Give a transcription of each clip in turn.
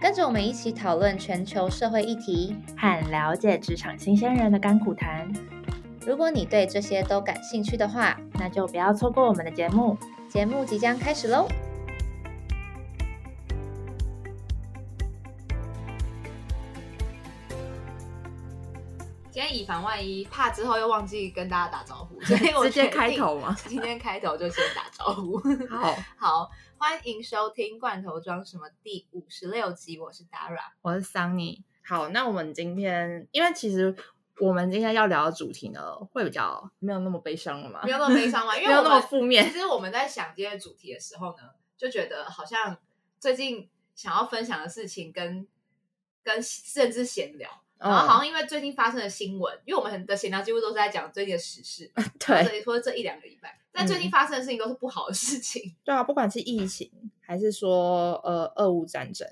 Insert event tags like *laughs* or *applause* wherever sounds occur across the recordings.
跟着我们一起讨论全球社会议题。和了解职场新鲜人的甘苦谈，如果你对这些都感兴趣的话，那就不要错过我们的节目。节目即将开始喽！今天以防万一，怕之后又忘记跟大家打招呼，所以我直接决定开头吗今天开头就先打招呼。好， *laughs* 好，欢迎收听《罐头装什么》第五十六集，我是 *laughs* Dara。我是桑尼。好，那我们今天，因为其实我们今天要聊的主题呢，会比较没有那么悲伤了嘛，不要那么悲伤嘛，因没为有我那么们负其面。实我们在想这些主题的时候呢，就觉得好像最近想要分享的事情跟跟甚至闲聊，然嗯后好像因为最近发生的新闻，因为我们的闲聊几乎都是在讲最近的时事，或 *laughs* 对嗯者说这一两个礼拜，但最近发生的事情都是不好的事情。对啊，不管是疫情还是说呃俄乌战争，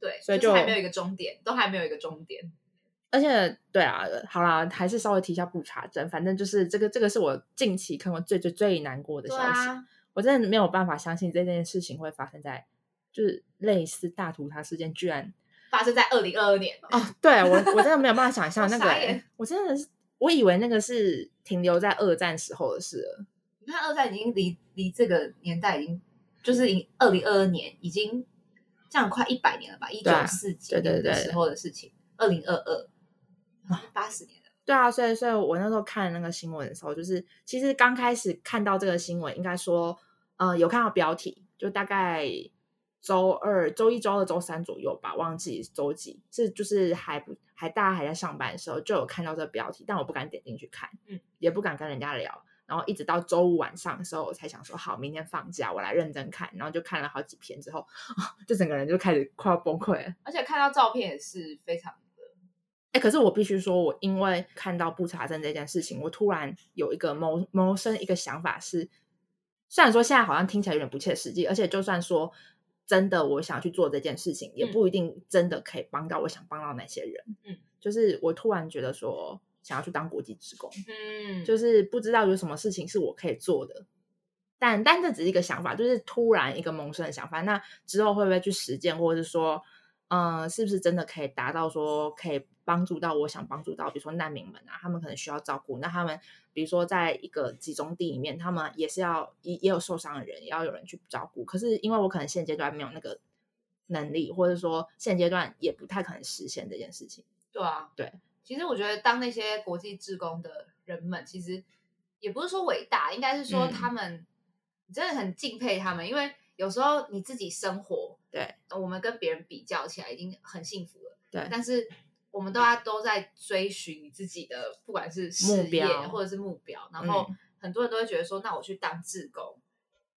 对，所以就是就还没有一个终点，都还没有一个终点。而且对啊，好啦，还是稍微提一下不查证，反正就是这个这个是我近期看过最最最难过的消息，，我真的没有办法相信这件事情会发生在就是类似大屠杀事件居然发生在二零二二年哦， *laughs* 对我，我真的没有办法想象我那个傻欸、眼我真的是，我以为那个是停留在二战时候的事了。你看二战已经离离这个年代已经就是二零二二年已经这样快一百年了吧？一九对啊四几对对年的对时候的事情，二零二二八十年了，对啊，所以所以我那时候看那个新闻的时候，就是其实刚开始看到这个新闻，应该说，呃，有看到标题，就大概周二、周一、周二、周三左右吧，忘记周几，是就是还不还大家还在上班的时候就有看到这个标题，但我不敢点进去看，嗯，也不敢跟人家聊，然后一直到周五晚上的时候，我才想说好，明天放假我来认真看，然后就看了好几篇之后， *laughs* 就整个人就开始快要崩溃了。而且看到照片也是非常的哎、可是我必须说，我因为看到不查证这件事情，我突然有一个萌萌生一个想法是，虽然说现在好像听起来有点不切实际，而且就算说真的我想去做这件事情，也嗯不一定真的可以帮到我想帮到那些人。嗯，就是我突然觉得说，想要去当国际职工，嗯，就是不知道有什么事情是我可以做的。但但这只是一个想法，就是突然一个萌生的想法。那之后会不会去实践，或者是说，嗯、是不是真的可以达到说可以帮助到我想帮助到，比如说难民们啊，他们可能需要照顾，那他们比如说在一个集中地里面，他们也是要也也有受伤的人，也要有人去照顾。可是因为我可能现阶段没有那个能力，或者说现阶段也不太可能实现这件事情。对啊，对。其实我觉得当那些国际志工的人们，其实也不是说伟大，应该是说嗯他们，你真的很敬佩他们，因为有时候你自己生活，对，我们跟别人比较起来已经很幸福了，对但是我们大家都在追寻你自己的，不管是事业目标嗯或者是目标，然后很多人都会觉得说，那我去当志工，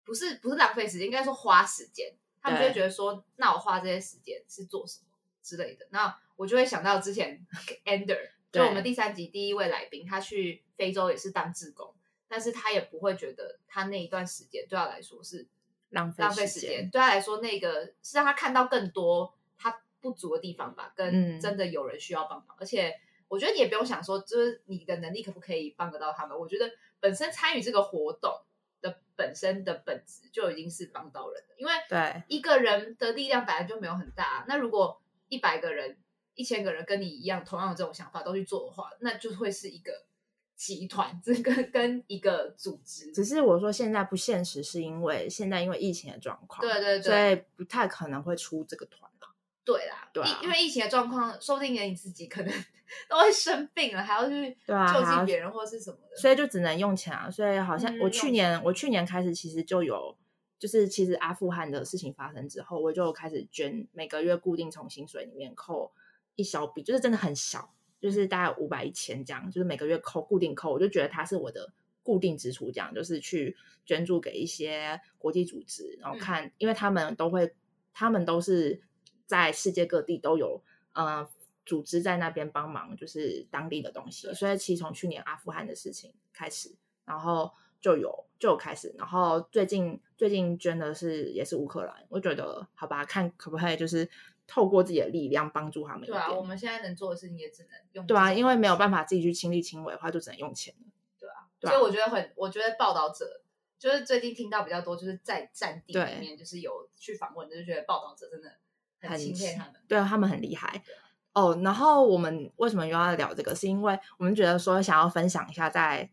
不是不是浪费时间，应该说花时间。他们就对会觉得说，那我花这些时间是做什么之类的。那我就会想到之前 *laughs* Ender，就对我们第三集第一位来宾，他去非洲也是当志工，但是他也不会觉得他那一段时间对他来说是浪费浪费时时间间，对他来说那个是让他看到更多他不足的地方吧，跟嗯真的有人需要帮忙，而且我觉得你也不用想说，就是你的能力可不可以帮得到他们，我觉得本身参与这个活动的本身的本质就已经是帮到人了，因为对一个人的力量本来就没有很大，那如果一百个人、一千个人跟你一样，同样有这种想法都去做的话，那就会是一个集团， *laughs* 这个跟一个组织。只是我说现在不现实，是因为现在因为疫情的状况，对对所对以不太可能会出这个团吧。对啦，对啊因因为疫情的状况，说不定连你自己可能 *laughs* 都会生病了，还要去对啊救还济要别人或是什么的。所以就只能用钱啊。所以好像嗯我用去年、我去年开始其实就有，就是其实阿富汗的事情发生之后，我就开始捐每个月固定从薪水里面扣一小笔，就是真的很小，就是大概五百一千这样，就是每个月扣固定扣，我就觉得它是我的。固定支出这样就是去捐助给一些国际组织，然后嗯看，因为他们都会，他们都是在世界各地都有呃组织在那边帮忙，就是当地的东西。所以其实从去年阿富汗的事情开始，然后就有就有开始，然后最近最近捐的是也是乌克兰，我觉得好吧，看可不可以就是透过自己的力量帮助他们一对点。啊，我们现在能做的事情也只能用对啊，因为没有法。办法自己去亲力亲为的话，就只能用钱了。对啊所以我觉得很，我觉得报道者就是最近听到比较多，就是在战地对里面，就是有去访问，就是觉得报道者真的很很钦佩他们。对啊，他们很厉害。哦，然后我们为什么又要聊这个？是因为我们觉得说想要分享一下在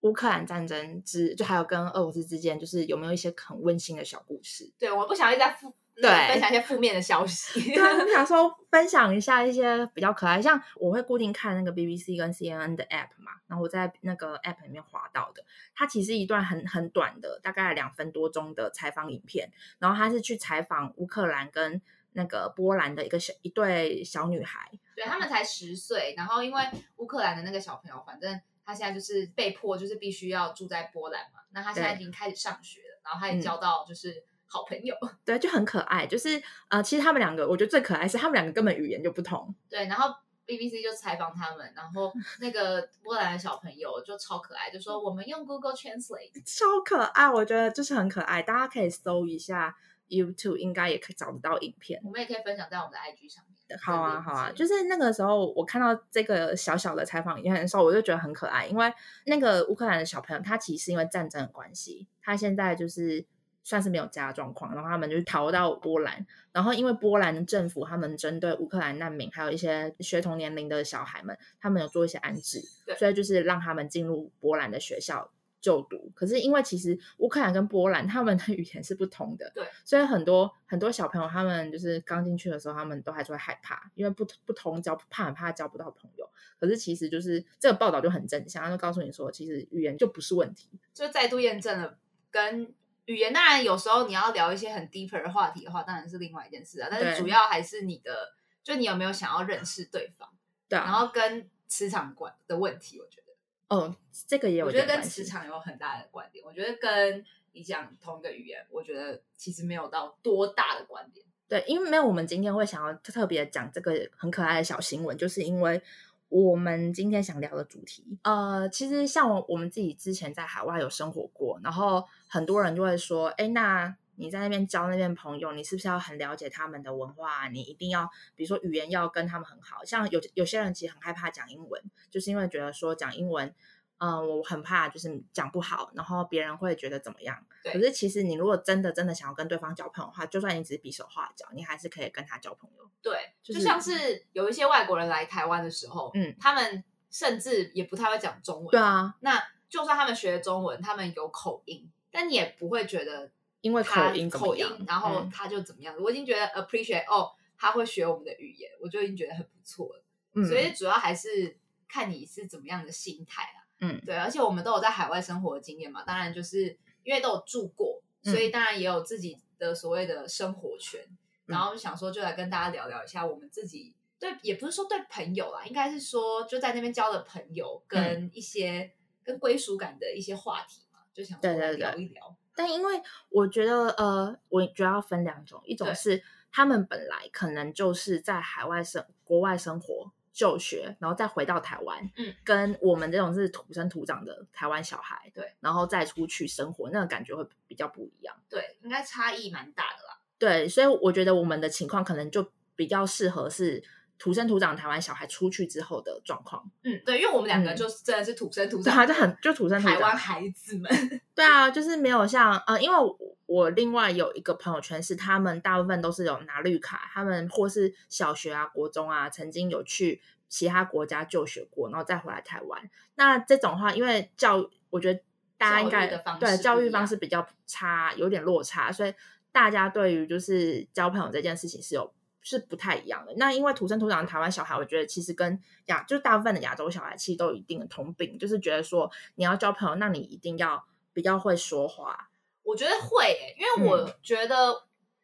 乌克兰战争之，就还有跟俄罗斯之间，就是有没有一些很温馨的小故事？对，我不想一直在负那个对分享一些负面的消息。 *laughs* 对啊，我们想说分享一下一些比较可爱，像我会固定看那个 BBC 跟 CNN 的 app 嘛，然后我在那个 app 里面滑到的，它其实一段很很短的，大概两分多钟的采访影片，然后它是去采访乌克兰跟那个波兰的一个小一对小女孩，对他们才十岁，然后因为乌克兰的那个小朋友，反正他现在就是被迫就是必须要住在波兰嘛，那他现在已对经开始上学了，然后他嗯也交到就是好朋友。 *laughs* 对，就很可爱。就是呃，其实他们两个，我觉得最可爱是他们两个根本语言就不同，对，然后 BBC 就采访他们，然后那个波兰的小朋友就超可爱，就说我们用 Google Translate。超可爱。我觉得就是很可爱，大家可以搜一下 YouTube，应该也可以找得到影片。我们也可以分享在我们的 IG 上面。好啊，好啊，就是是那个时候我看到这个小小的采访影片的时候，我就觉得很可爱，因为那个乌克兰的小朋友，他其实因为战争的关系，他现在就是算是没有家的状况，然后他们就逃到波兰，然后因为波兰的政府他们针对乌克兰难民还有一些学童年龄的小孩们，他们有做一些安置对，所以就是让他们进入波兰的学校。就读，可是因为其实乌克兰跟波兰他们的语言是不同的，所以很多很多小朋友他们就是刚进去的时候，他们都还是会害怕，因为不不同交怕很怕交不到朋友。可是其实就是这个报道就很正向，他就告诉你说，其实语言就不是问题。就再度验证了跟语言。当然，有时候你要聊一些很 deeper 的话题的话，当然是另外一件事啊。但对是主要还是你的，就你有没有想要认识对方，对然啊，后跟磁场管的问题，我觉得，哦，这个也有我觉得点跟关系磁场有很大的关联。我觉得跟你讲同一个语言，我觉得其实没有到多大的关联。对，因为没有我们今天会想要特特别讲这个很可爱的小新闻，就是因为我们今天想聊的主题，呃，其实像我我们自己之前在海外有生活过，然后很多人就会说，哎，那你在那边交那边朋友，你是不是要很了解他们的文化啊？你一定要，比如说语言要跟他们很好，像有有些人其实很害怕讲英文，就是因为觉得说讲英文。嗯，我很怕就是讲不好，然后别人会觉得怎么样？对可是其实你如果真的真的想要跟对方交朋友的话，就算你只是比手画脚，你还是可以跟他交朋友。对，就就是像是有一些外国人来台湾的时候，嗯，他们甚至也不太会讲中文，对啊，那就算他们学中文，他们有口音，但你也不会觉得因为他口音怎么口音样，然后嗯他就怎么样。我已经觉得 appreciate 哦，他会学我们的语言，我就已经觉得很不错了。嗯，所以主要还是看你是怎么样的心态啦。嗯对，而且我们都有在海外生活的经验嘛，当然就是因为都有住过，嗯所以当然也有自己的所谓的生活圈。嗯然后想说，就来跟大家聊聊一下我们自己对，也不是说对朋友啦，应该是说就在那边交的朋友嗯跟一些、跟归属感的一些话题嘛，就想说对对来对聊一聊。但因为我觉得，呃，我觉得要分两种，一种对是他们本来可能就是在海外生国外生活。就学，然后再回到台湾，嗯，跟我们这种是土生土长的台湾小孩，对，然后再出去生活，那个感觉会比较不一样。对，应该差异蛮大的啦。对，所以我觉得我们的情况可能就比较适合是土生土长的台湾小孩出去之后的状况。嗯，对，因为我们两个嗯就是真的是土生土对长，啊，就很就土生土台湾长。孩子们。对啊，就是没有像呃，因为我我另外有一个朋友圈是他们大部分都是有拿绿卡，他们或是小学啊、国中啊，曾经有去其他国家就学过，然后再回来台湾。那这种话，因为教育，我觉得大家应该教育的方式对不教育一样方式比较差，有点落差，所以大家对于就是交朋友这件事情是有是不太一样的。那因为土生土长的台湾小孩，我觉得其实跟亚就是大部分的亚洲小孩其实都有一定的通病，就是觉得说你要交朋友，那你一定要比较会说话。我觉得会、欸，因嗯为我觉得、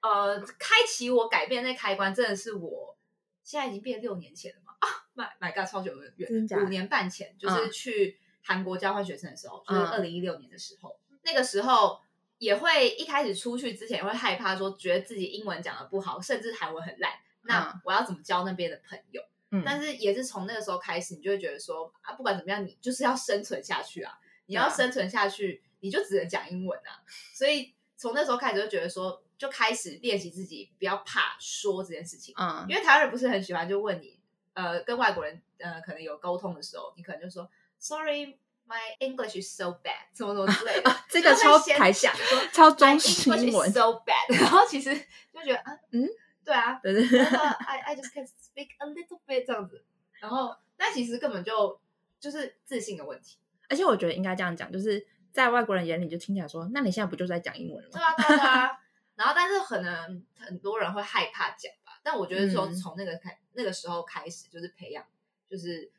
呃，开启我改变那开关真的是我现在已经变六年前了嘛啊，My My God，超久的真远假，五年半前就是去韩国交换学生的时候，就是二嗯零一六年的时候，那个时候。也会一开始出去之前也会害怕，说觉得自己英文讲的不好，甚至韩文很烂，那嗯我要怎么交那边的朋友？嗯但是也是从那个时候开始，你就会觉得说啊，不管怎么样，你就是要生存下去啊！你要对啊生存下去，你就只能讲英文啊。所以从那时候开始，就觉得说，就开始练习自己不要怕说这件事情，嗯，因为台湾人不是很喜欢就问你，呃，跟外国人呃可能有沟通的时候，你可能就说 Sorry。My English is so bad，什么什么之类的 *laughs* 啊这个他会超先台讲说超 "My 中式 English 英 is 文 so bad，然后其实就觉得啊，嗯嗯，对啊，对对对， *laughs* 那 I I just can speak a little bit 这样子，然后但其实根本就就是自信的问题，而且我觉得应该这样讲，就是在外国人眼里就听起来说，那你现在不就是在讲英文对吗？啊对啊对啊。然后但是可能很多人会害怕讲吧，但我觉得说嗯从那个开、那个时候开始，就是培养，就是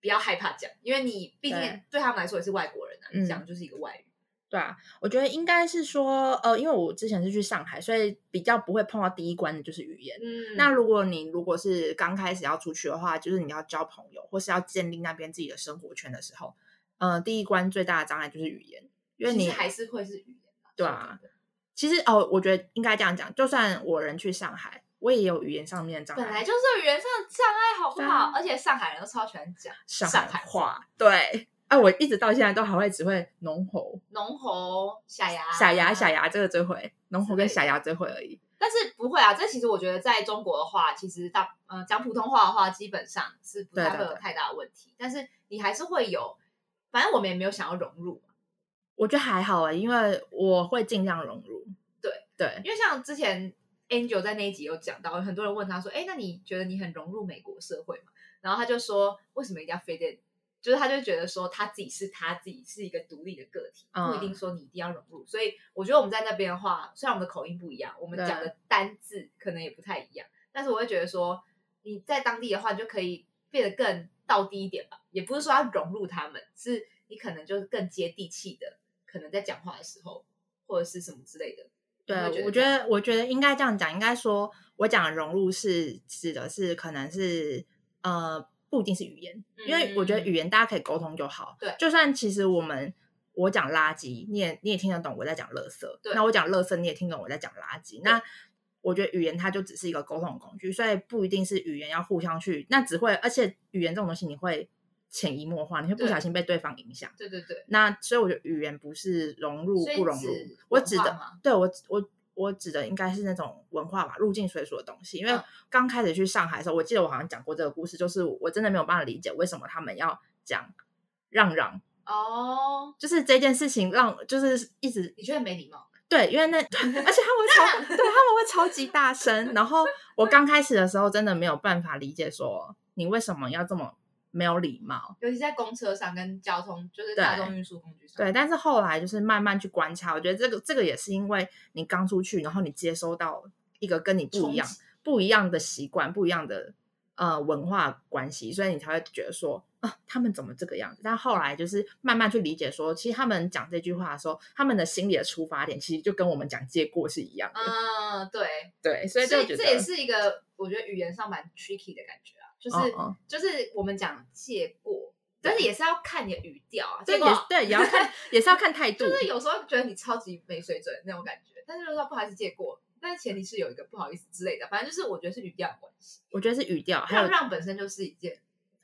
不要害怕讲，因为你毕竟对对他们来说也是外国人啊，嗯你讲就是一个外语，对啊，我觉得应该是说，呃，因为我之前是去上海，所以比较不会碰到第一关的就是语言。嗯那如果你如果是刚开始要出去的话，就是你要交朋友，或是要建立那边自己的生活圈的时候，呃，第一关最大的障碍就是语言，因为其你实还是会是语言吧，对啊说真的，其实哦，我觉得应该这样讲，就算我人去上海，我也有语言上面的障碍，本来就是语言上的障碍，好不对好啊？而且上海人都超喜欢讲上上海海话，对。啊，我一直到现在都还会只会浓喉、浓喉、下牙、小牙、小牙这个这会，浓喉跟啊之类小的牙这会而已。但是不会啊，这其实我觉得在中国的话，其实大呃讲普通话的话，基本上是不对太对会有对太大的问题。但是你还是会有，反正我们也没有想要融入嘛，我觉得还好啊、因为我会尽量融入。对对，因为像之前 Angel 在那一集有讲到，很多人问他说：“哎，那你觉得你很融入美国社会吗？”然后他就说：“为什么一定要非得？”就是他就觉得说他自己是他自己是一个独立的个体，嗯不一定说你一定要融入。所以我觉得我们在那边的话，虽然我们的口音不一样，我们对讲的单字可能也不太一样，但是我会觉得说你在当地的话，你就可以变得更到地一点吧。也不是说要融入他们，是你可能就是更接地气的，可能在讲话的时候或者是什么之类的。对你会，这我觉样得我觉得应该这样讲，应该说我讲的融入是指的是可能是呃不一定是语言，因为我觉得嗯语言大家可以沟通就好。对就算其实我们我讲垃圾，你也你也听得懂我在讲垃圾，对那我讲垃圾你也听懂我在讲垃圾，那。我觉得语言它就只是一个沟通的工具，所以不一定是语言要互相去，那只会，而且语言这种东西你会潜移默化，你会不对小心被对方影响。对对对，那所以我觉得语言不是融入所以不融入指，我文指化的吗对我我我指的应该是那种文化吧，入境随俗的东西。因为嗯刚开始去上海的时候，我记得我好像讲过这个故事，就是我真的没有办法理解为什么他们要讲让让，哦，就是这件事情让就是一直你觉得没礼貌？对，因为那而且他们会超对他们会超级大声，然后我刚开始的时候真的没有办法理解说你为什么要这么没有礼貌。尤其在公车上跟交通，就是对大众运输工具上。对，但是后来就是慢慢去观察，我觉得这个这个也是因为你刚出去，然后你接收到一个跟你不一样冲击、不一样的习惯、不一样的呃文化关系，所以你才会觉得说啊，他们怎么这个样子？但后来就是慢慢去理解说，其实他们讲这句话的时候，他们的心理的出发点其实就跟我们讲借过是一样的。嗯，对，对，所以所就以觉得这也是一个我觉得语言上蛮 tricky 的感觉啊，就是、嗯嗯就是我们讲借过，但是也是要看你的语调啊，这结也果是对，也要 *laughs* 看，也是要看态度。就是有时候觉得你超级没水准那种感觉，但是就说不好意思借过，但是前提是有一个不好意思之类的，反正就是我觉得是语调的关系，我觉得是语调，还有让让本身就是一件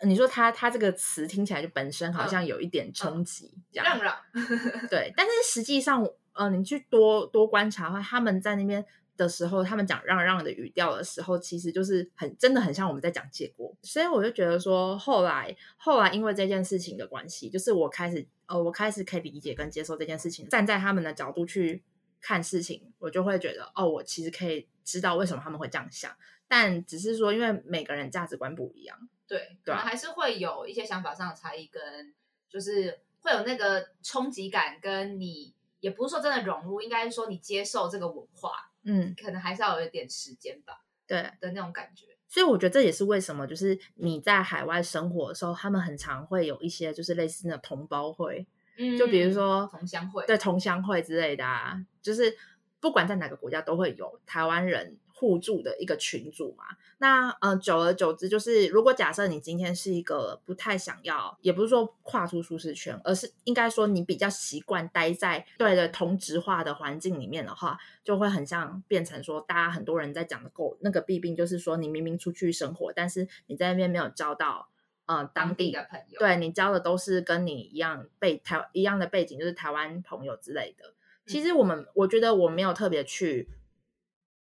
你说他他这个词听起来就本身好嗯像有一点冲击，这样让让，对，但是实际上，呃，你去多多观察的话，他们在那边的时候，他们讲让让的语调的时候，其实就是很真的很像我们在讲结果。所以我就觉得说，后来后来因为这件事情的关系，就是我开始呃，我开始可以理解跟接受这件事情，站在他们的角度去看事情，我就会觉得哦，我其实可以知道为什么他们会这样想。但只是说，因为每个人价值观不一样，对，可对啊能还是会有一些想法上的差异，跟就是会有那个冲击感，跟你也不是说真的融入，应该是说你接受这个文化，嗯，可能还是要有一点时间吧对，的那种感觉。所以我觉得这也是为什么，就是你在海外生活的时候，他们很常会有一些就是类似那种同胞会，嗯就比如说同乡会，对同乡会之类的啊，就是不管在哪个国家都会有台湾人互助的一个群组嘛。那呃，久而久之，就是如果假设你今天是一个不太想要，也不是说跨出舒适圈，而是应该说你比较习惯待在对的同质化的环境里面的话，就会很像变成说，大家很多人在讲的诟那个弊病，就是说你明明出去生活，但是你在那边没有交到呃当当地地的的朋友，对你交的都是跟你一样被台一样的背景，就是台湾朋友之类的。嗯其实我们我觉得我没有特别去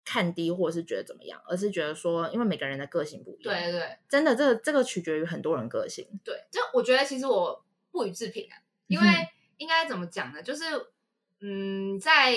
看低，或是觉得怎么样，而是觉得说，因为每个人的个性不一样，对对对真的这个这个取决于很多人个性。对，就我觉得其实我不予置评啊，因为应该怎么讲呢？就是嗯，在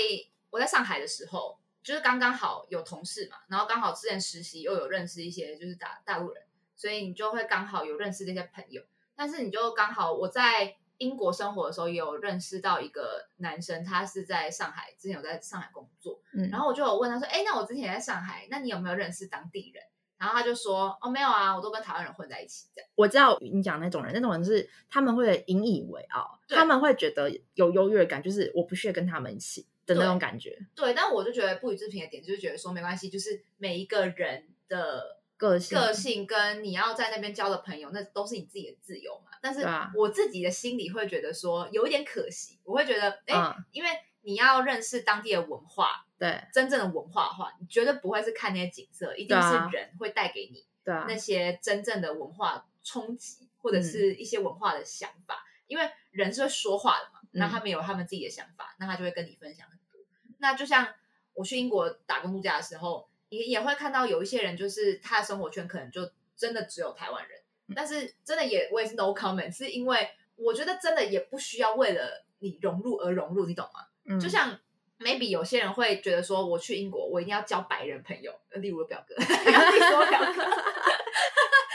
我在上海的时候，就是刚刚好有同事嘛，然后刚好之前实习又有认识一些就是大大陆人，所以你就会刚好有认识这些朋友。但是你就刚好我在英国生活的时候，也有认识到一个男生，他是在上海，之前有在上海工作，嗯然后我就有问他说：“哎，那我之前也在上海，那你有没有认识当地人？”然后他就说：“哦，没有啊，我都跟台湾人混在一起。”这样，我知道你讲那种人，那种人是他们会引以为傲，对他们会觉得有优越感，就是我不屑跟他们一起的那种对感觉，对，但我就觉得不予置评的点就是觉得说没关系，就是每一个人的个性个性跟你要在那边交的朋友，那都是你自己的自由嘛。但是对啊我自己的心里会觉得说有一点可惜，我会觉得哎，嗯因为你要认识当地的文化，对真正的文化的话，你绝对不会是看那些景色，一定对啊是人会带给你对啊，那些真正的文化冲击，或嗯者是一些文化的想法，因为人是会说话的嘛，那嗯他们有他们自己的想法，那他就会跟你分享很多。那就像我去英国打工度假的时候，也也会看到有一些人，就是他的生活圈可能就真的只有台湾人，嗯但是真的也我也是 no comment，是因为我觉得真的也不需要为了你融入而融入，你懂吗？嗯就像 maybe 有些人会觉得说，我去英国，我一定要交白人朋友，呃例如我表哥， *laughs* 地所我表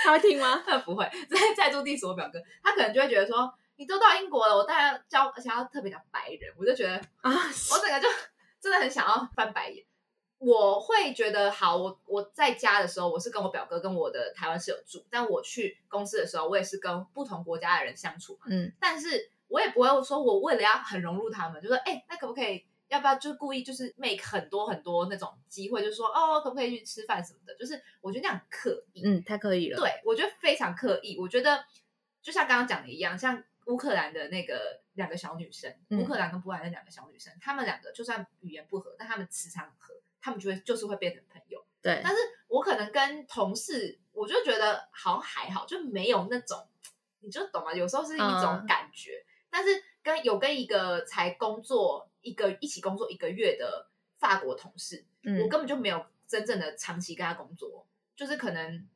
他会听吗？哥 *laughs* 不会，在在住地所我表哥，他可能就会觉得说，你都到英国了，我当然要交，而且要特别讲白人，我就觉得啊， *laughs* 我整个就真的很想要翻白眼。我会觉得好，我我在家的时候，我是跟我表哥跟我的台湾室友住，但我去公司的时候，我也是跟不同国家的人相处嘛。嗯，但是我也不会说我为了要很融入他们，就说哎、那可不可以？要不要就故意就是 make 很多很多那种机会，就说哦，可不可以去吃饭什么的？就是我觉得那样很刻意，嗯，太刻意了，对，我觉得非常刻意。我觉得就像刚刚讲的一样，像乌克兰的那个两个小女生，嗯乌克兰跟波兰的两个小女生，她们两个就算语言不合，但她们磁场很合，她们就会就是会变成朋友。对但是我可能跟同事，我就觉得好像还好，就没有那种，你就懂吗？有时候是一种嗯感觉，但是跟有跟一个才工作一个一起工作一个月的法国同事，嗯我根本就没有真正的长期跟他工作，就是可能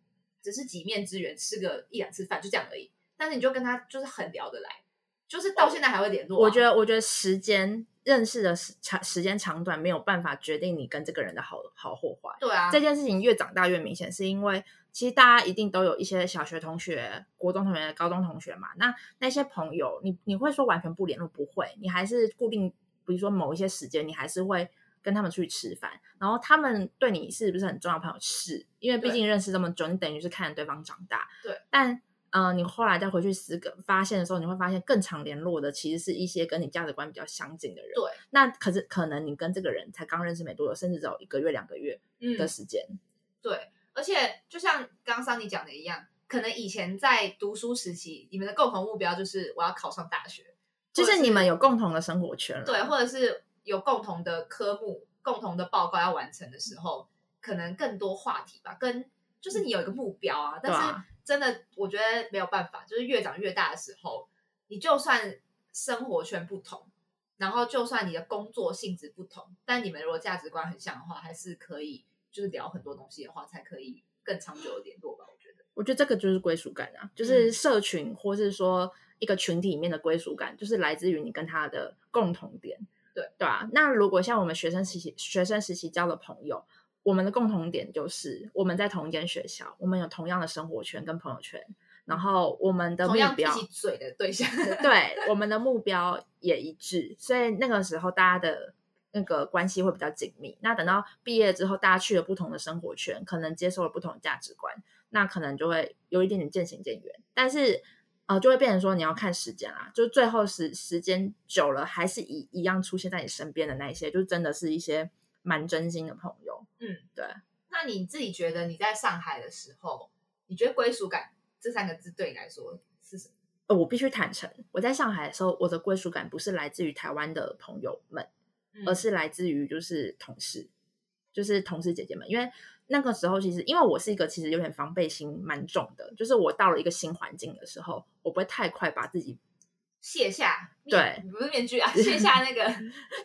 只是几面之缘，吃个一两次饭就这样而已。但是你就跟他就是很聊得来，就是到现在还会联络啊、我觉得，我觉得时间认识的时长时间长短没有办法决定你跟这个人的好好或坏。对啊，这件事情越长大越明显，是因为其实大家一定都有一些小学同学、国中同学、高中同学嘛。那那些朋友，你你会说完全不联络？不会，你还是固定，比如说某一些时间，你还是会跟他们出去吃饭。然后他们对你是不是很重要的朋友？是，因为毕对竟认识这么久，你等于是看对方长大。对，但。呃，你后来再回去思个发现的时候，你会发现更常联络的其实是一些跟你价值观比较相近的人。对，那可是可能你跟这个人才刚认识没多久，甚至只有一个月、两个月嗯的时间。对，而且就像刚刚桑尼讲的一样，可能以前在读书时期，你们的共同目标就是我要考上大学，就或者是你们有共同的生活圈了，对，或者是有共同的科目、共同的报告要完成的时候，可能更多话题吧，跟就是你有一个目标啊，但对是啊真的我觉得没有办法，就是越长越大的时候，你就算生活圈不同。然后，就算你的工作性质不同，但你们如果价值观很像的话，还是可以就是聊很多东西的话，才可以更长久的联络吧。我觉得。我觉得这个就是归属感啊，就是嗯社群或是说一个群体里面的归属感，就是来自于你跟他的共同点，对对啊。那如果像我们学生时期学生时期交的朋友，我们的共同点就是我们在同一间学校，我们有同样的生活圈跟朋友圈，然后我们的目同样一标起嘴的对 *laughs* 象。 *laughs* 对，我们的目标也一致，所以那个时候大家的那个关系会比较紧密。那等到毕业之后，大家去了不同的生活圈，可能接受了不同的价值观，那可能就会有一点点渐行渐远。但是，呃，就会变成说你要看时间啦，就最后时时间久了，还是一嗯一样出现在你身边的那一些，就真的是一些蛮真心的朋友。那你自己觉得你在上海的时候，你觉得归属感这三个字对你来说是什么？呃，我必须坦诚，我在上海的时候，我的归属感不是来自于台湾的朋友们，嗯而是来自于就是同事，就是同事姐姐们。因为那个时候，其实因为我是一个其实有点防备心蛮重的，就是我到了一个新环境的时候，我不会太快把自己，卸下对面不是面具 *laughs* 啊，卸下那个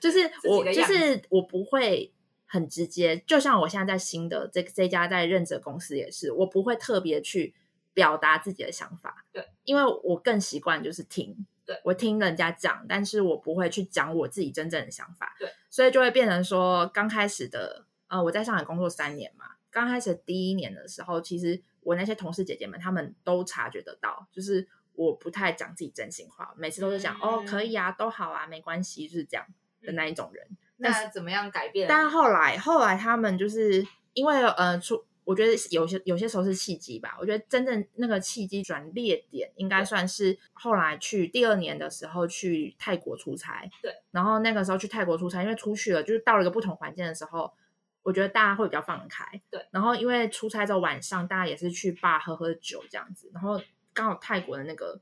就是自己我的就样是我不会很直接。就像我现在在新的这这家在任职的公司也是，我不会特别去表达自己的想法，对，因为我更习惯就是听，对我听人家讲，但是我不会去讲我自己真正的想法，对，所以就会变成说，刚开始的，呃，我在上海工作三年嘛，刚开始第一年的时候，其实我那些同事姐姐们，她们都察觉得到，就是我不太讲自己真心话，每次都是讲、哦嗯可以啊，都好啊，没关系，就是这样的那一种人。那怎么样改变了你？但后来后来他们就是因为呃出。我觉得有些有些时候是契机吧，我觉得真正那个契机转捩点，应该算是后来去第二年的时候去泰国出差。对，然后那个时候去泰国出差，因为出去了，就是到了一个不同环境的时候，我觉得大家会比较放得开。对，然后因为出差之后晚上，大家也是去吧喝喝酒这样子，然后刚好泰国的那个，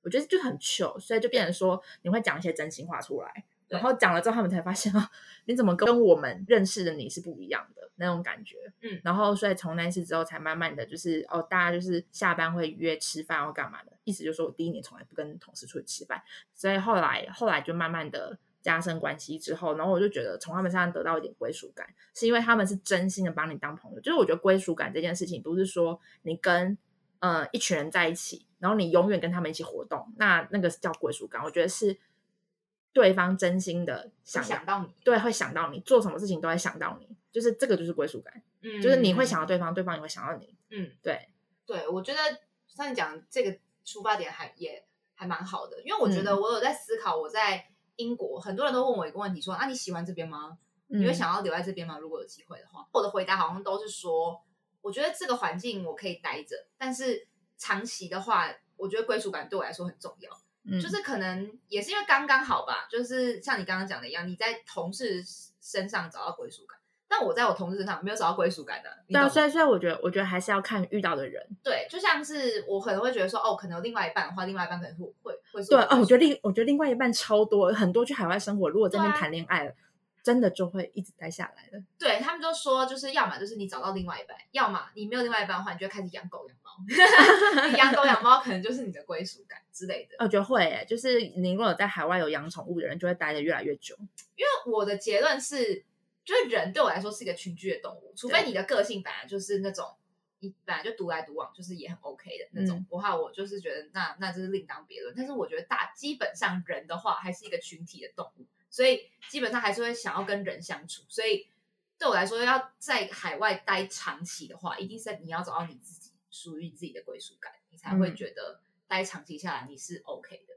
我觉得就很糗，所以就变成说你会讲一些真心话出来，对然后讲了之后，他们才发现啊，你怎么跟我们认识的你是不一样的那种感觉。嗯然后所以从那次之后，才慢慢的就是哦，大家就是下班会约吃饭或干嘛的，意思就是说我第一年从来不跟同事出去吃饭，所以后来后来就慢慢的加深关系之后，然后我就觉得从他们身上得到一点归属感，是因为他们是真心的把你当朋友。就是我觉得归属感这件事情，不是说你跟呃一群人在一起，然后你永远跟他们一起活动，那那个是叫归属感。我觉得是对方真心的我想要想，到你，对，会想到你做什么事情都会想到你，就是这个就是归属感，嗯就是你会想到对方，对方也会想到你。嗯，对，对，我觉得像你讲这个出发点还也还蛮好的，因为我觉嗯得我有在思考，我在英国、很多人都问我一个问题说，啊你喜欢这边吗？你会嗯想要留在这边吗？如果有机会的话，我的回答好像都是说，我觉得这个环境我可以待着，但是长期的话，我觉得归属感对我来说很重要。嗯就是可能也是因为刚刚好吧，就是像你刚刚讲的一样，你在同事身上找到归属感，但我在我同事身上没有找到归属感的、你对啊，懂吗所以所以我觉得，我觉得还是要看遇到的人。对，就像是我可能会觉得说，哦，可能有另外一半的话，另外一半可能会会会是对我的哦，我归属觉得另我觉得另外一半超多，很多去海外生活，如果在那边对啊谈恋爱了，真的就会一直待下来了。对他们就说，就是要么就是你找到另外一半，要么你没有另外一半的话，你就开始养狗养猫， *laughs* 你养狗养猫可能就是你的归属感之类的。哦我觉得会耶，就是你如果在海外有养宠物的人，就会待得越来越久。因为我的结论是，就是人对我来说是一个群居的动物，除非你的个性本来就是那种你本来就独来独往，就是也很 OK 的那种嗯的话，我就是觉得那那就是另当别论。但是我觉得大基本上人的话还是一个群体的动物，所以基本上还是会想要跟人相处。所以对我来说，要在海外待长期的话，一定是你要找到你自己属于自己的归属感，你才会嗯觉得待长期下来你是 OK 的，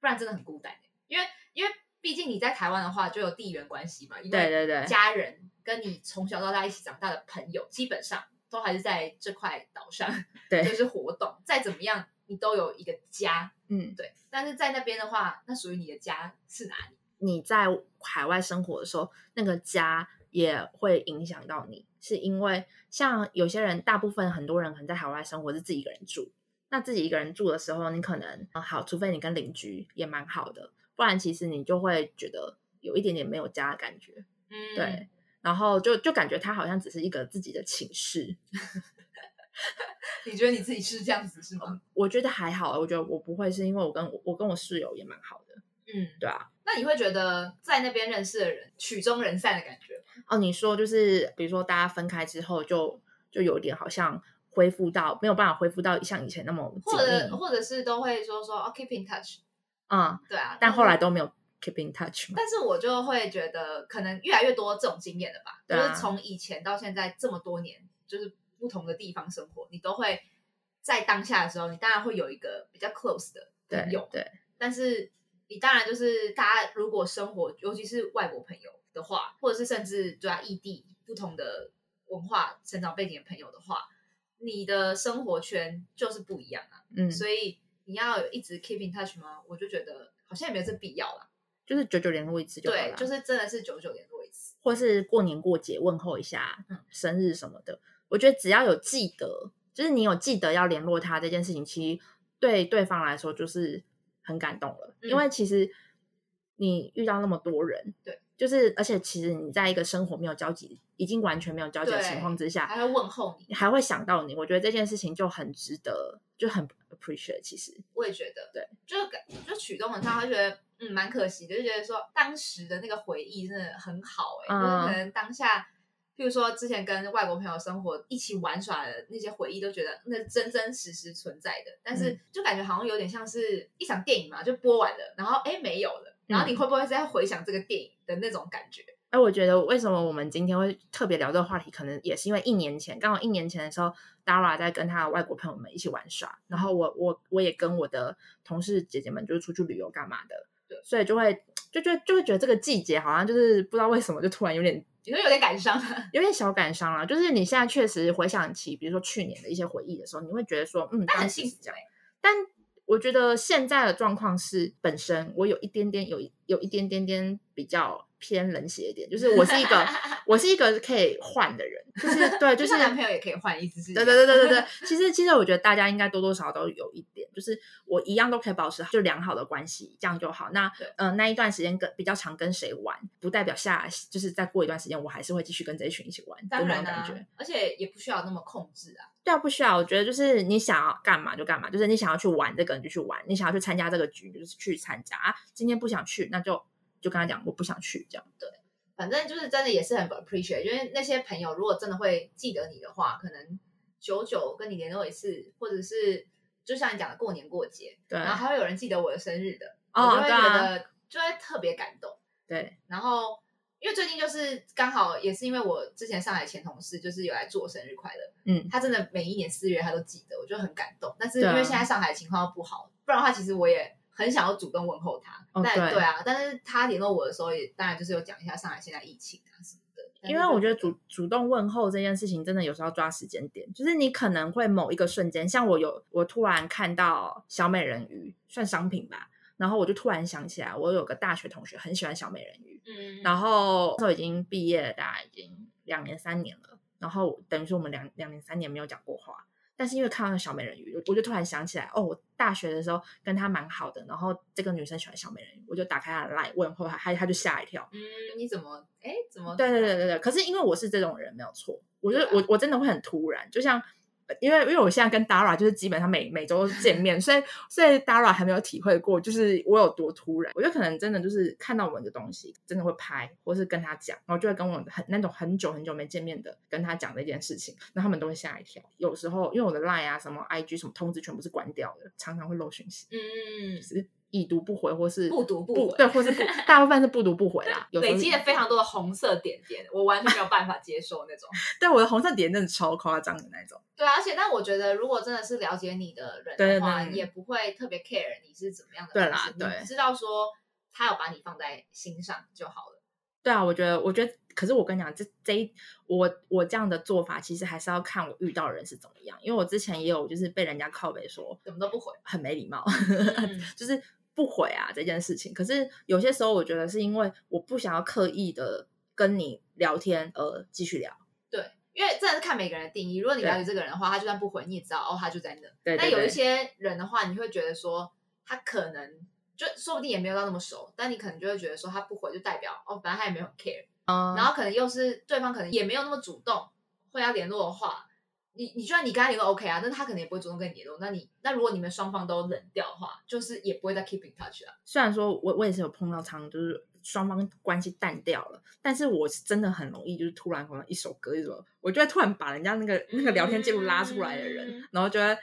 不然真的很孤单、欸。因为因为毕竟你在台湾的话，就有地缘关系嘛，因对为对对，家人跟你从小到大一起长大的朋友，基本上都还是在这块岛上， *laughs* 对就是活动，再怎么样你都有一个家，嗯，对。但是在那边的话，那属于你的家是哪里？你在海外生活的时候，那个家也会影响到你，是因为像有些人，大部分很多人可能在海外生活是自己一个人住。那自己一个人住的时候，你可能、呃好，除非你跟邻居也蛮好的，不然其实你就会觉得有一点点没有家的感觉。嗯对，然后就就感觉他好像只是一个自己的寝室。你觉得你自己是这样子是吗？我觉得还好，啊我觉得我不会是因为我跟我我跟我室友也蛮好的。嗯，对啊。那你会觉得在那边认识的人曲终人散的感觉吗？哦，你说就是比如说大家分开之后就，就有点好像恢复到没有办法恢复到像以前那么紧或者密，或者是都会说说哦，keep in touch，嗯，对啊。但是后来都没有 keep in touch 嘛。但是我就会觉得，可能越来越多这种经验了吧，对啊就是从以前到现在这么多年，就是不同的地方生活，你都会在当下的时候，你当然会有一个比较 close 的对朋友，对，但是你当然就是大家如果生活，尤其是外国朋友的话，或者是甚至对啊异地不同的文化成长背景的朋友的话，你的生活圈就是不一样啊，嗯，所以你要有一直 keep in touch 吗？我就觉得好像也没有这必要啦。就是久久联络一次就好对了，，就是真的是久久联络一次。或是过年过节问候一下嗯，生日什么的，我觉得只要有记得，就是你有记得要联络他这件事情，其实对对方来说就是很感动了，因嗯为其实你遇到那么多人，对，就是而且其实你在一个生活没有交集，已经完全没有交集的情对况之下，还会问候你，你还会想到你，我觉得这件事情就很值得，就很 appreciate。其实，我也觉得，对，就感就曲动文他会觉得，嗯，蛮可惜的，就觉得说当时的那个回忆真的很好、欸，哎、就是嗯可能当下，譬如说之前跟外国朋友生活一起玩耍的那些回忆，都觉得那真真实实存在的，但嗯是就感觉好像有点像是一场电影嘛，就播完了，然后哎、没有了，然嗯后你会不会再回想这个电影的那种感觉？哎，我觉得为什么我们今天会特别聊这个话题，可能也是因为一年前，刚好一年前的时候，Dara 在跟他的外国朋友们一起玩耍，然后我我我也跟我的同事姐姐们就是出去旅游干嘛的，对，所以就会就就就会觉得这个季节好像就是不知道为什么就突然有点你说有点感伤，有点小感伤了，就是你现在确实回想起，比如说去年的一些回忆的时候，你会觉得说，嗯，但当很时幸是福这样欸。但我觉得现在的状况是，本身我有一点点有一有一点点点比较偏冷血一点，就是我是一 *laughs* 个我是一个可以换的人，就是对，呃就是像男朋友也可以换，一直是一对样对对对对对，其实其实我觉得大家应该多多少少都有一点，就是我一样都可以保持就良好的关系，这样就好。那对呃那一段时间跟比较常跟谁玩，不代表下就是再过一段时间我还是会继续跟这一群一起玩，当就那然啊种啦、感觉。而且也不需要那么控制啊。对啊，不需要。我觉得就是你想要干嘛就干嘛，就是你想要去玩这个你就去玩，你想要去参加这个局你就是去参加。啊今天不想去，那就就跟他讲我不想去这样。反正就是真的也是很 appreciate，因为那些朋友如果真的会记得你的话，可能久久跟你联络一次，或者是就像你讲的过年过节，对，然后还会有人记得我的生日的，我哦就会对觉啊，得、就会特别感动。对，然后因为最近就是刚好也是因为我之前上海前同事就是有来祝我生日快乐，嗯，他真的每一年四月他都记得，我就很感动。但是对啊因为现在上海情况不好，不然的话其实我也很想要主动问候他。哦但对对啊，但是他联络我的时候也当然就是有讲一下上海现在疫情啊什么的。但是因为我觉得就主主动问候这件事情，真的有时候要抓时间点，就是你可能会某一个瞬间，像我有我突然看到小美人鱼算商品吧，然后我就突然想起来，我有个大学同学很喜欢小美人鱼，嗯，然后那时候已经毕业了，大概已经两年三年了，然后等于说我们两两年三年没有讲过话，但是因为看到那小美人鱼，我就突然想起来，哦，我大学的时候跟她蛮好的，然后这个女生喜欢小美人鱼，我就打开她的 line 问候她，她她就吓一跳。嗯，你怎么哎怎么对对对对对，可是因为我是这种人，没有错，我觉得对啊我我真的会很突然，就像。呃因为因为我现在跟 Dara 就是基本上每每周见面，所以所以 Dara 还没有体会过，就是我有多突然。我就可能真的就是看到某一个东西，真的会拍，或是跟他讲，然后就会跟我很那种很久很久没见面的跟他讲这件事情，然后他们都会吓一跳。有时候因为我的 Line 啊、什么 IG 什么通知全部是关掉的，常常会漏讯息，嗯就是已读不回，或是不读不回对，*laughs* 或是不大部分是不读不回啦。有时候累积是了非常多的红色点点，我完全没有办法接受 *laughs* 那种。对我的红色点真的超夸张的那种。对啊，而且但我觉得，如果真的是了解你的人的话，对对对也不会特别 care 你是怎么样的对人啦是对你知道说他有把你放在心上就好了。对啊，我觉得，我觉得，可是我跟你讲，这这一我我这样的做法，其实还是要看我遇到的人是怎么样。因为我之前也有就是被人家靠背说怎么都不回，很没礼貌，嗯 *laughs* 就是不回啊这件事情。可是有些时候，我觉得是因为我不想要刻意的跟你聊天而继续聊。对，因为真的是看每个人的定义。如果你对了解这个人的话，他就算不回，你也知道哦，他就在那。对但对有一对些人的话，你会觉得说他可能就说不定也没有到那么熟，但你可能就会觉得说他不回就代表哦，反正他也没有很 care。嗯然后可能又是对方可能也没有那么主动会要联络的话，你你就算你跟他联络 OK 啊，但是他可能也不会主动跟你联络。那你那如果你们双方都冷掉的话，就是也不会再 keep in touch 啊。虽然说我我也是有碰到常常就是双方关系淡掉了，但是我是真的很容易就是突然可能一首歌一首，我就会突然把人家那个那个聊天记录拉出来的人，嗯然后就会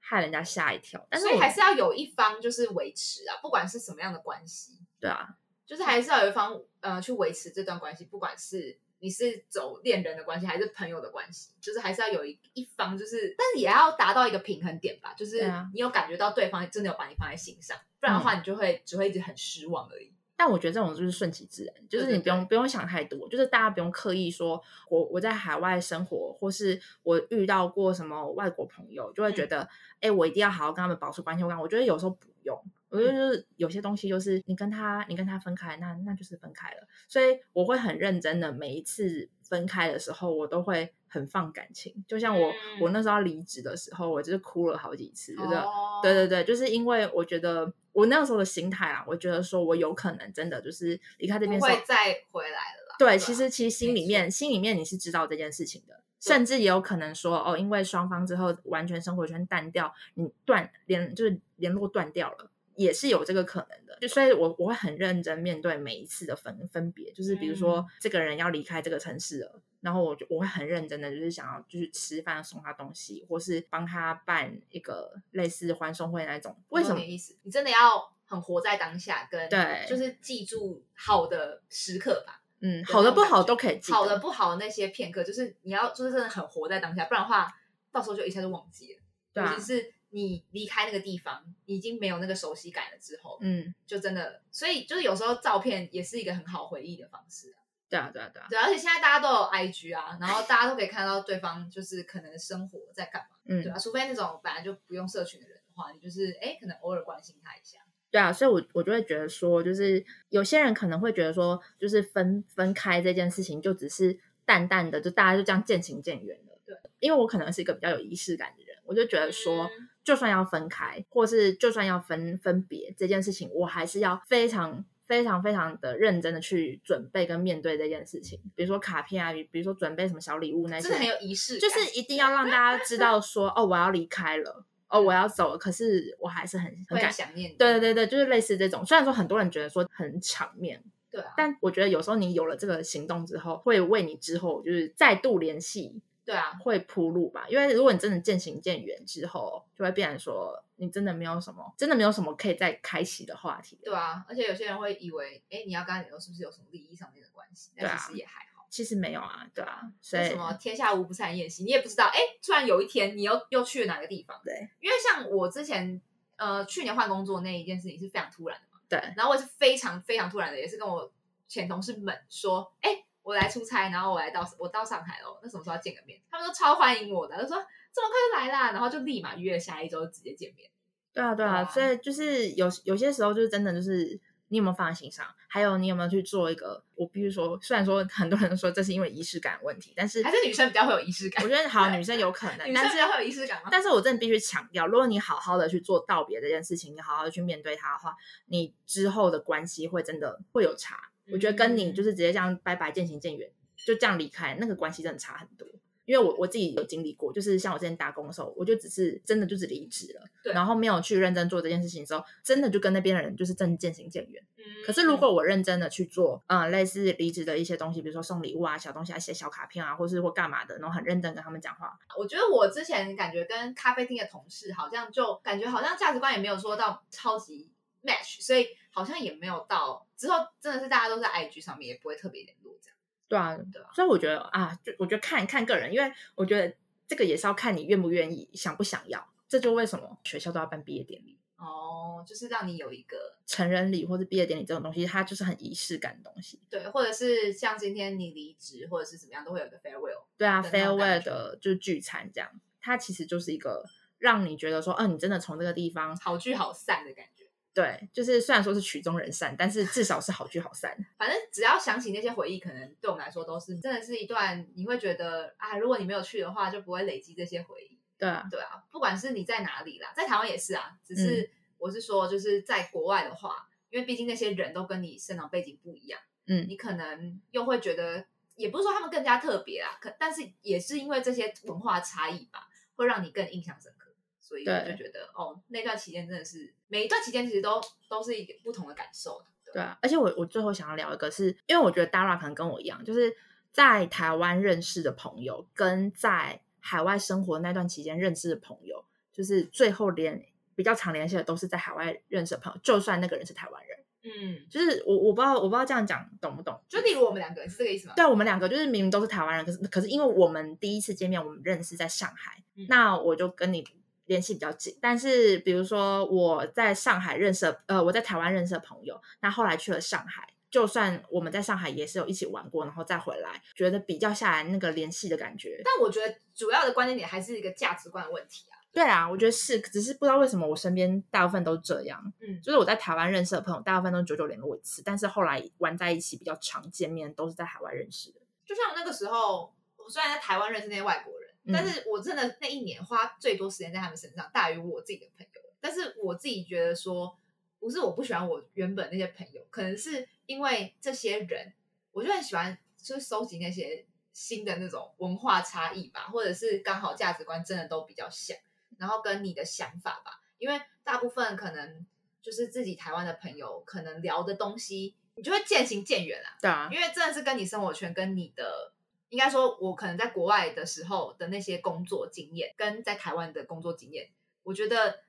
害人家吓一跳。但是所以我还是要有一方就是维持啊，不管是什么样的关系，对啊，就是还是要有一方呃去维持这段关系，不管是。你是走恋人的关系还是朋友的关系，就是还是要有一一方，就是但是也要达到一个平衡点吧，就是对啊嗯你有感觉到对方真的有把你放在心上，不然的话你就会、只会一直很失望而已。但我觉得这种就是顺其自然，就是对你对不用不用想太多，就是大家不用刻意说我我在海外生活，或是我遇到嗯过什么外国朋友，就会觉得哎、诶我一定要好好跟他们保持关系。我感我觉得有时候不用，嗯我觉得就是有些东西就是你跟他，你跟他分开，那那就是分开了。所以我会很认真的，每一次分开的时候，我都会很放感情。就像我、嗯我那时候要离职的时候，我就是哭了好几次，就是、哦对对对，就是因为我觉得我那时候的心态啊，我觉得说我有可能真的就是离开这边不的时候会再回来了啦。吧对，其实其实心没里错面心里面你是知道这件事情的，对甚至也有可能说哦，因为双方之后完全生活圈淡掉，你断联就是联络断掉了，也是有这个可能的。就所以我，我会很认真面对每一次的分分别，就是比如说、嗯这个人要离开这个城市了。然后我就我会很认真的，就是想要就是吃饭送他东西，或是帮他办一个类似欢送会那种。为我什懂哦么你？的意思？你真的要很活在当下，跟对就是记住好的时刻吧，嗯，好的不好都可以记得。好的不好的那些片刻，就是你要就是真的很活在当下，不然的话，到时候就一下就忘记了。对啊尤其，是你离开那个地方，你已经没有那个熟悉感了之后，嗯，就真的，所以就是有时候照片也是一个很好回忆的方式啊、对啊，对啊，对啊，对，而且现在大家都有 IG 啊，然后大家都可以看到对方就是可能生活在干嘛，嗯，对啊，除非那种本来就不用社群的人的话，你就是哎，可能偶尔关心他一下。对啊，所以我我就会觉得说，就是有些人可能会觉得说，就是分分开这件事情，就只是淡淡的，就大家就这样渐行渐远了。对，因为我可能是一个比较有仪式感的人，我就觉得说，嗯就算要分开，或是就算要分分别这件事情，我还是要非常。非常非常的认真的去准备跟面对这件事情，比如说卡片啊，比比如说准备什么小礼物那些，真的很有仪式感，就是一定要让大家知道说，哦，我要离开了，哦，我要走了，可是我还是很嗯很会感想念你。对对对，就是类似这种。虽然说很多人觉得说很场面，对啊，但我觉得有时候你有了这个行动之后，会为你之后就是再度联系对啊，会铺路吧。因为如果你真的渐行渐远之后，就会变成说你真的没有什么，真的没有什么可以再开启的话题了。对啊，而且有些人会以为，哎，你要跟他联络是不是有什么利益上面的关系？对但啊其实也还好。其实没有啊，对啊，所为以什么天下无不散宴席，你也不知道，哎，突然有一天你又又去了哪个地方？对，因为像我之前呃去年换工作那一件事情是非常突然的嘛，对然后我也是非常非常突然的，也是跟我前同事们说，哎，我来出差，然后我来到我到上海了，那什么时候要见个面？他们都超欢迎我的，就说这么快就来啦，然后就立马约了下一周直接见面。对啊对对啊，啊所以就是有有些时候就是真的就是。你有没有放在心上？还有你有没有去做一个？我必须说，虽然说很多人说这是因为仪式感问题，但是还是女生比较会有仪式感我觉得好，女生有可能，女但生是比较会有仪式感吗？但是我真的必须强调，如果你好好的去做道别这件事情，你好好的去面对它的话，你之后的关系会真的会有差。我觉得嗯跟你就是直接这样拜拜渐行渐远，就这样离开，那个关系真的差很多。因为我我自己有经历过，就是像我之前打工的时候，我就只是真的就是离职了，对然后没有去认真做这件事情之后，真的就跟那边的人就是真的渐行渐远。嗯可是如果我认真的去做，嗯、类似离职的一些东西，比如说送礼物啊、小东西啊、写小卡片啊，或是或干嘛的，然后很认真跟他们讲话，我觉得我之前感觉跟咖啡厅的同事好像就感觉好像价值观也没有说到超级 match，所以好像也没有到之后真的是大家都在 IG 上面也不会特别联络这样。对啊，对啊所以我觉得啊，就我觉得看看个人，因为我觉得这个也是要看你愿不愿意，想不想要。这就为什么学校都要办毕业典礼、哦，就是让你有一个成人礼或是毕业典礼这种东西，它就是很仪式感的东西。对，或者是像今天你离职或者是怎么样，都会有一个 farewell。对啊的那种，farewell 感觉的就是聚餐这样，它其实就是一个让你觉得说，哦、你真的从这个地方，好聚好散的感觉，对，就是虽然说是曲终人散，但是至少是好聚好散。反正只要想起那些回忆，可能对我们来说都是真的是一段你会觉得啊，如果你没有去的话，就不会累积这些回忆。对啊，对啊，不管是你在哪里啦，在台湾也是啊，嗯只是我是说，就是在国外的话，因为毕竟那些人都跟你生长背景不一样，嗯你可能又会觉得，也不是说他们更加特别啊，可但是也是因为这些文化差异吧，会让你更印象深刻。所以我对就觉得，哦，那段期间真的是每一段期间其实都都是一个不同的感受啊。对对啊，而且我我最后想要聊一个是，因为我觉得 Dara 可能跟我一样，就是在台湾认识的朋友，跟在海外生活那段期间认识的朋友，就是最后连比较常联系的都是在海外认识的朋友，就算那个人是台湾人，嗯，就是我我不知道我不知道这样讲懂不懂，就例如我们两个人是这个意思吗？对我们两个就是明明都是台湾人，可是可是因为我们第一次见面，我们认识在上海，嗯那我就跟你联系比较紧。但是比如说我在上海认识的，呃，我在台湾认识的朋友，那后来去了上海，就算我们在上海也是有一起玩过，然后再回来，觉得比较下来那个联系的感觉，但我觉得主要的关键点还是一个价值观的问题啊。对啦，我觉得是，只是不知道为什么我身边大部分都这样。嗯就是我在台湾认识的朋友，大部分都久久联络一次，但是后来玩在一起比较常见面，都是在海外认识的。就像我那个时候，我虽然在台湾认识那些外国人，嗯但是我真的那一年花最多时间在他们身上，大于我自己的朋友。但是我自己觉得说，不是我不喜欢我原本那些朋友，可能是因为这些人，我就很喜欢，就是收集那些新的那种文化差异吧，或者是刚好价值观真的都比较像，然后跟你的想法吧，因为大部分可能就是自己台湾的朋友，可能聊的东西，你就会渐行渐远啊。对啊，因为真的是跟你生活圈、跟你的，应该说，我可能在国外的时候的那些工作经验，跟在台湾的工作经验，我觉得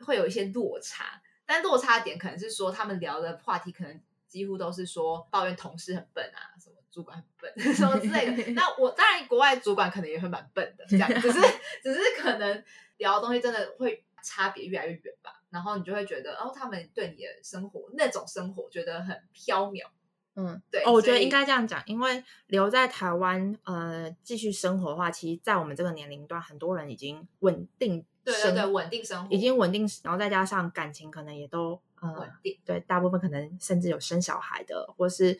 会有一些落差。但落差的点可能是说，他们聊的话题可能几乎都是说抱怨同事很笨啊，什么主管很笨 *laughs* 什么之类的。那我当然国外主管可能也会蛮笨的，这样 *laughs* 只是只是可能聊的东西真的会差别越来越远吧。然后你就会觉得，哦，他们对你的生活那种生活觉得很缥缈。嗯，对，哦，我觉所得以应该这样讲，因为留在台湾呃继续生活的话，其实，在我们这个年龄段，很多人已经稳定对对生对，稳定生活已经稳定，然后再加上感情可能也都呃稳定，对，大部分可能甚至有生小孩的，或是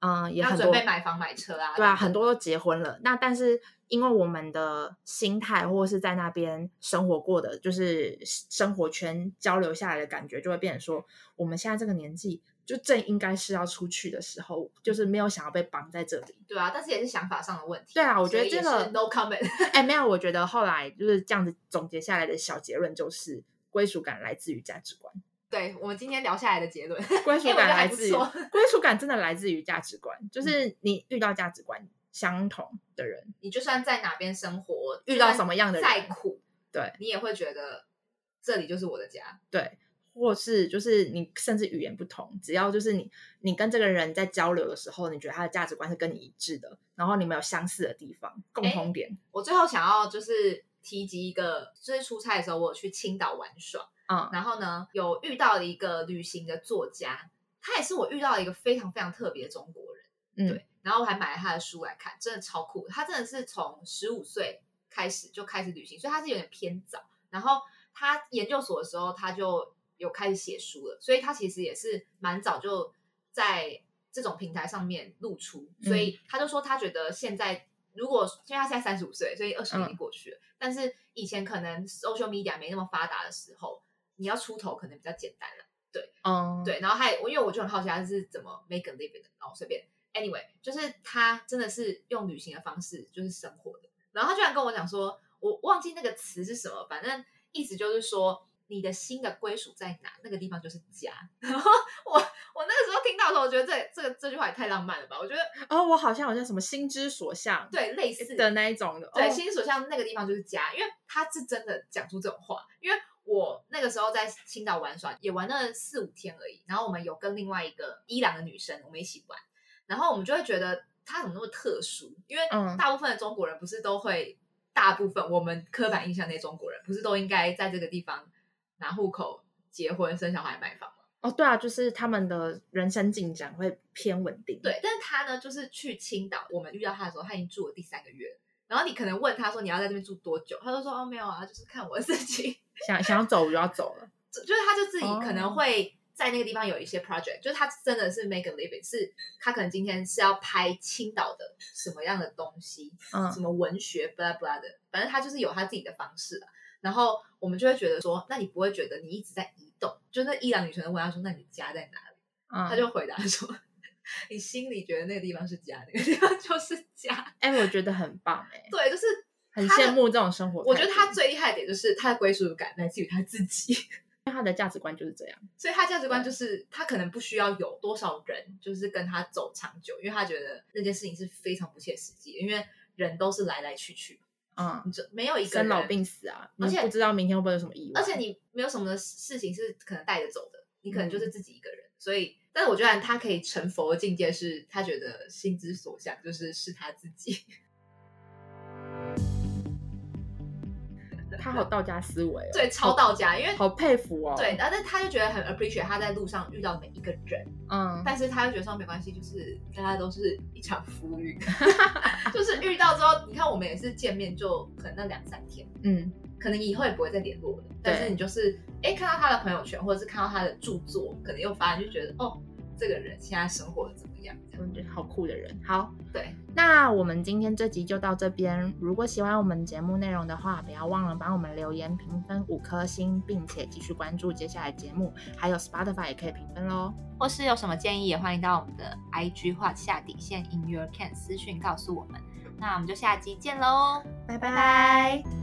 嗯、呃也要很准多备买房买车啊，对啊，等等很多都结婚了。那但是因为我们的心态，或是在那边生活过的，就是生活圈交流下来的感觉，就会变成说，我们现在这个年纪，就正应该是要出去的时候，就是没有想要被绑在这里。对啊，但是也是想法上的问题。对啊我觉得所以也这个是 no comment， *laughs* 哎，没有，我觉得后来就是这样子总结下来的小结论就是，归属感来自于价值观，对我们今天聊下来的结论，归属哎我觉感得还来不自于、错嗯归属感真的来自于价值观，就是你遇到价值观相同的人，你就算在哪边生活，遇到什么样的就人，算再苦，对，你也会觉得这里就是我的家。对，或是就是你甚至语言不同，只要就是你你跟这个人在交流的时候，你觉得他的价值观是跟你一致的，然后你们有相似的地方、共哎同点，我最后想要就是提及一个，就是出差的时候，我有去青岛玩耍，嗯然后呢，有遇到了一个旅行的作家，他也是我遇到了一个非常非常特别的中国人，嗯对，然后我还买了他的书来看，真的超酷。他真的是从十五岁开始就开始旅行，所以他是有点偏早。然后他研究所的时候，他就有开始写书了，所以他其实也是蛮早就在这种平台上面露出，所以他就说他觉得现在。如果因为他现在三十五岁，所以二十年已经过去了。但是以前可能 social media 没那么发达的时候，你要出头可能比较简单了。嗯，对，然后还我因为我就很好奇他是怎么 make a living 的，然后随便 anyway，就是他真的是用旅行的方式就是生活的。然后他居然跟我讲说，我忘记那个词是什么，反正意思就是说你的新的归属在哪，那个地方就是家。 *laughs* 然后我我那个时候听到的时候，我觉得这这个这句话也太浪漫了吧？我觉得哦，我好像有像什么心之所向，对类似的那一种的，对，哦心之所向那个地方就是家，因为他是真的讲出这种话。因为我那个时候在青岛玩耍，也玩了四五天而已。然后我们有跟另外一个伊朗的女生，我们一起玩，然后我们就会觉得她怎么那么特殊？因为嗯大部分的中国人不是都会，大部分我们刻板印象那些中国人不是都应该在这个地方拿户口、结婚、生小孩、买房吗？哦，对啊，就是他们的人生进展会偏稳定，，对，但是他呢，就是去青岛，我们遇到他的时候，他已经住了第三个月了。然后你可能问他说你要在这边住多久，他就说哦没有啊，就是看我自己。想想要走就要走了， *laughs* 就就是他就自己哦可能会在那个地方有一些 project，、就是他真的是 make a living，是他可能今天是要拍青岛的什么样的东西，嗯什么文学 blah blah 的，反正他就是有他自己的方式啊。然后我们就会觉得说，那你不会觉得你一直在移动？就那伊朗女生问他说，那你家在哪里？嗯，他就回答说， *laughs* 你心里觉得那个地方是家，那个地方就是家。哎、我觉得很棒哎、对，就是很他的羡慕这种生活态度，我觉得他最厉害的点就是他的归属感来自于他自己。 *laughs* 他的价值观就是这样，所以他价值观就是他可能不需要有多少人就是跟他走长久，因为他觉得那件事情是非常不切实际的，因为人都是来来去去，嗯，你就没有一个生人老病，死啊，而你且不知道明天会不会有什么意外，而且你没有什么事情是可能带着走的，你可能嗯就是自己一个人。所以，但是我觉得他可以成佛的境界是，他觉得心之所向就是是他自己。他好道家思维哦，对，超道家，因为好佩服哦。对，，然后但他就觉得很 appreciate 他在路上遇到每一个人。嗯，但是他就觉得说没关系，就是大家都是一场浮 *laughs* 云，就是遇到之后，你看我们也是见面就可能那两三天，嗯，可能以后也不会再联络了。但是你就是哎、诶看到他的朋友圈，或者是看到他的著作，可能又发现就觉得哦，这个人现在生活的怎么样？这样我觉得好酷的人。好，对，那我们今天这集就到这边。如果喜欢我们节目内容的话，不要忘了帮我们留言评分五颗星，并且继续关注接下来节目，还有 Spotify 也可以评分喽。或是有什么建议，也欢迎到我们的 IG 画下底线 in your can 私讯告诉我们。那我们就下集见喽，拜拜拜。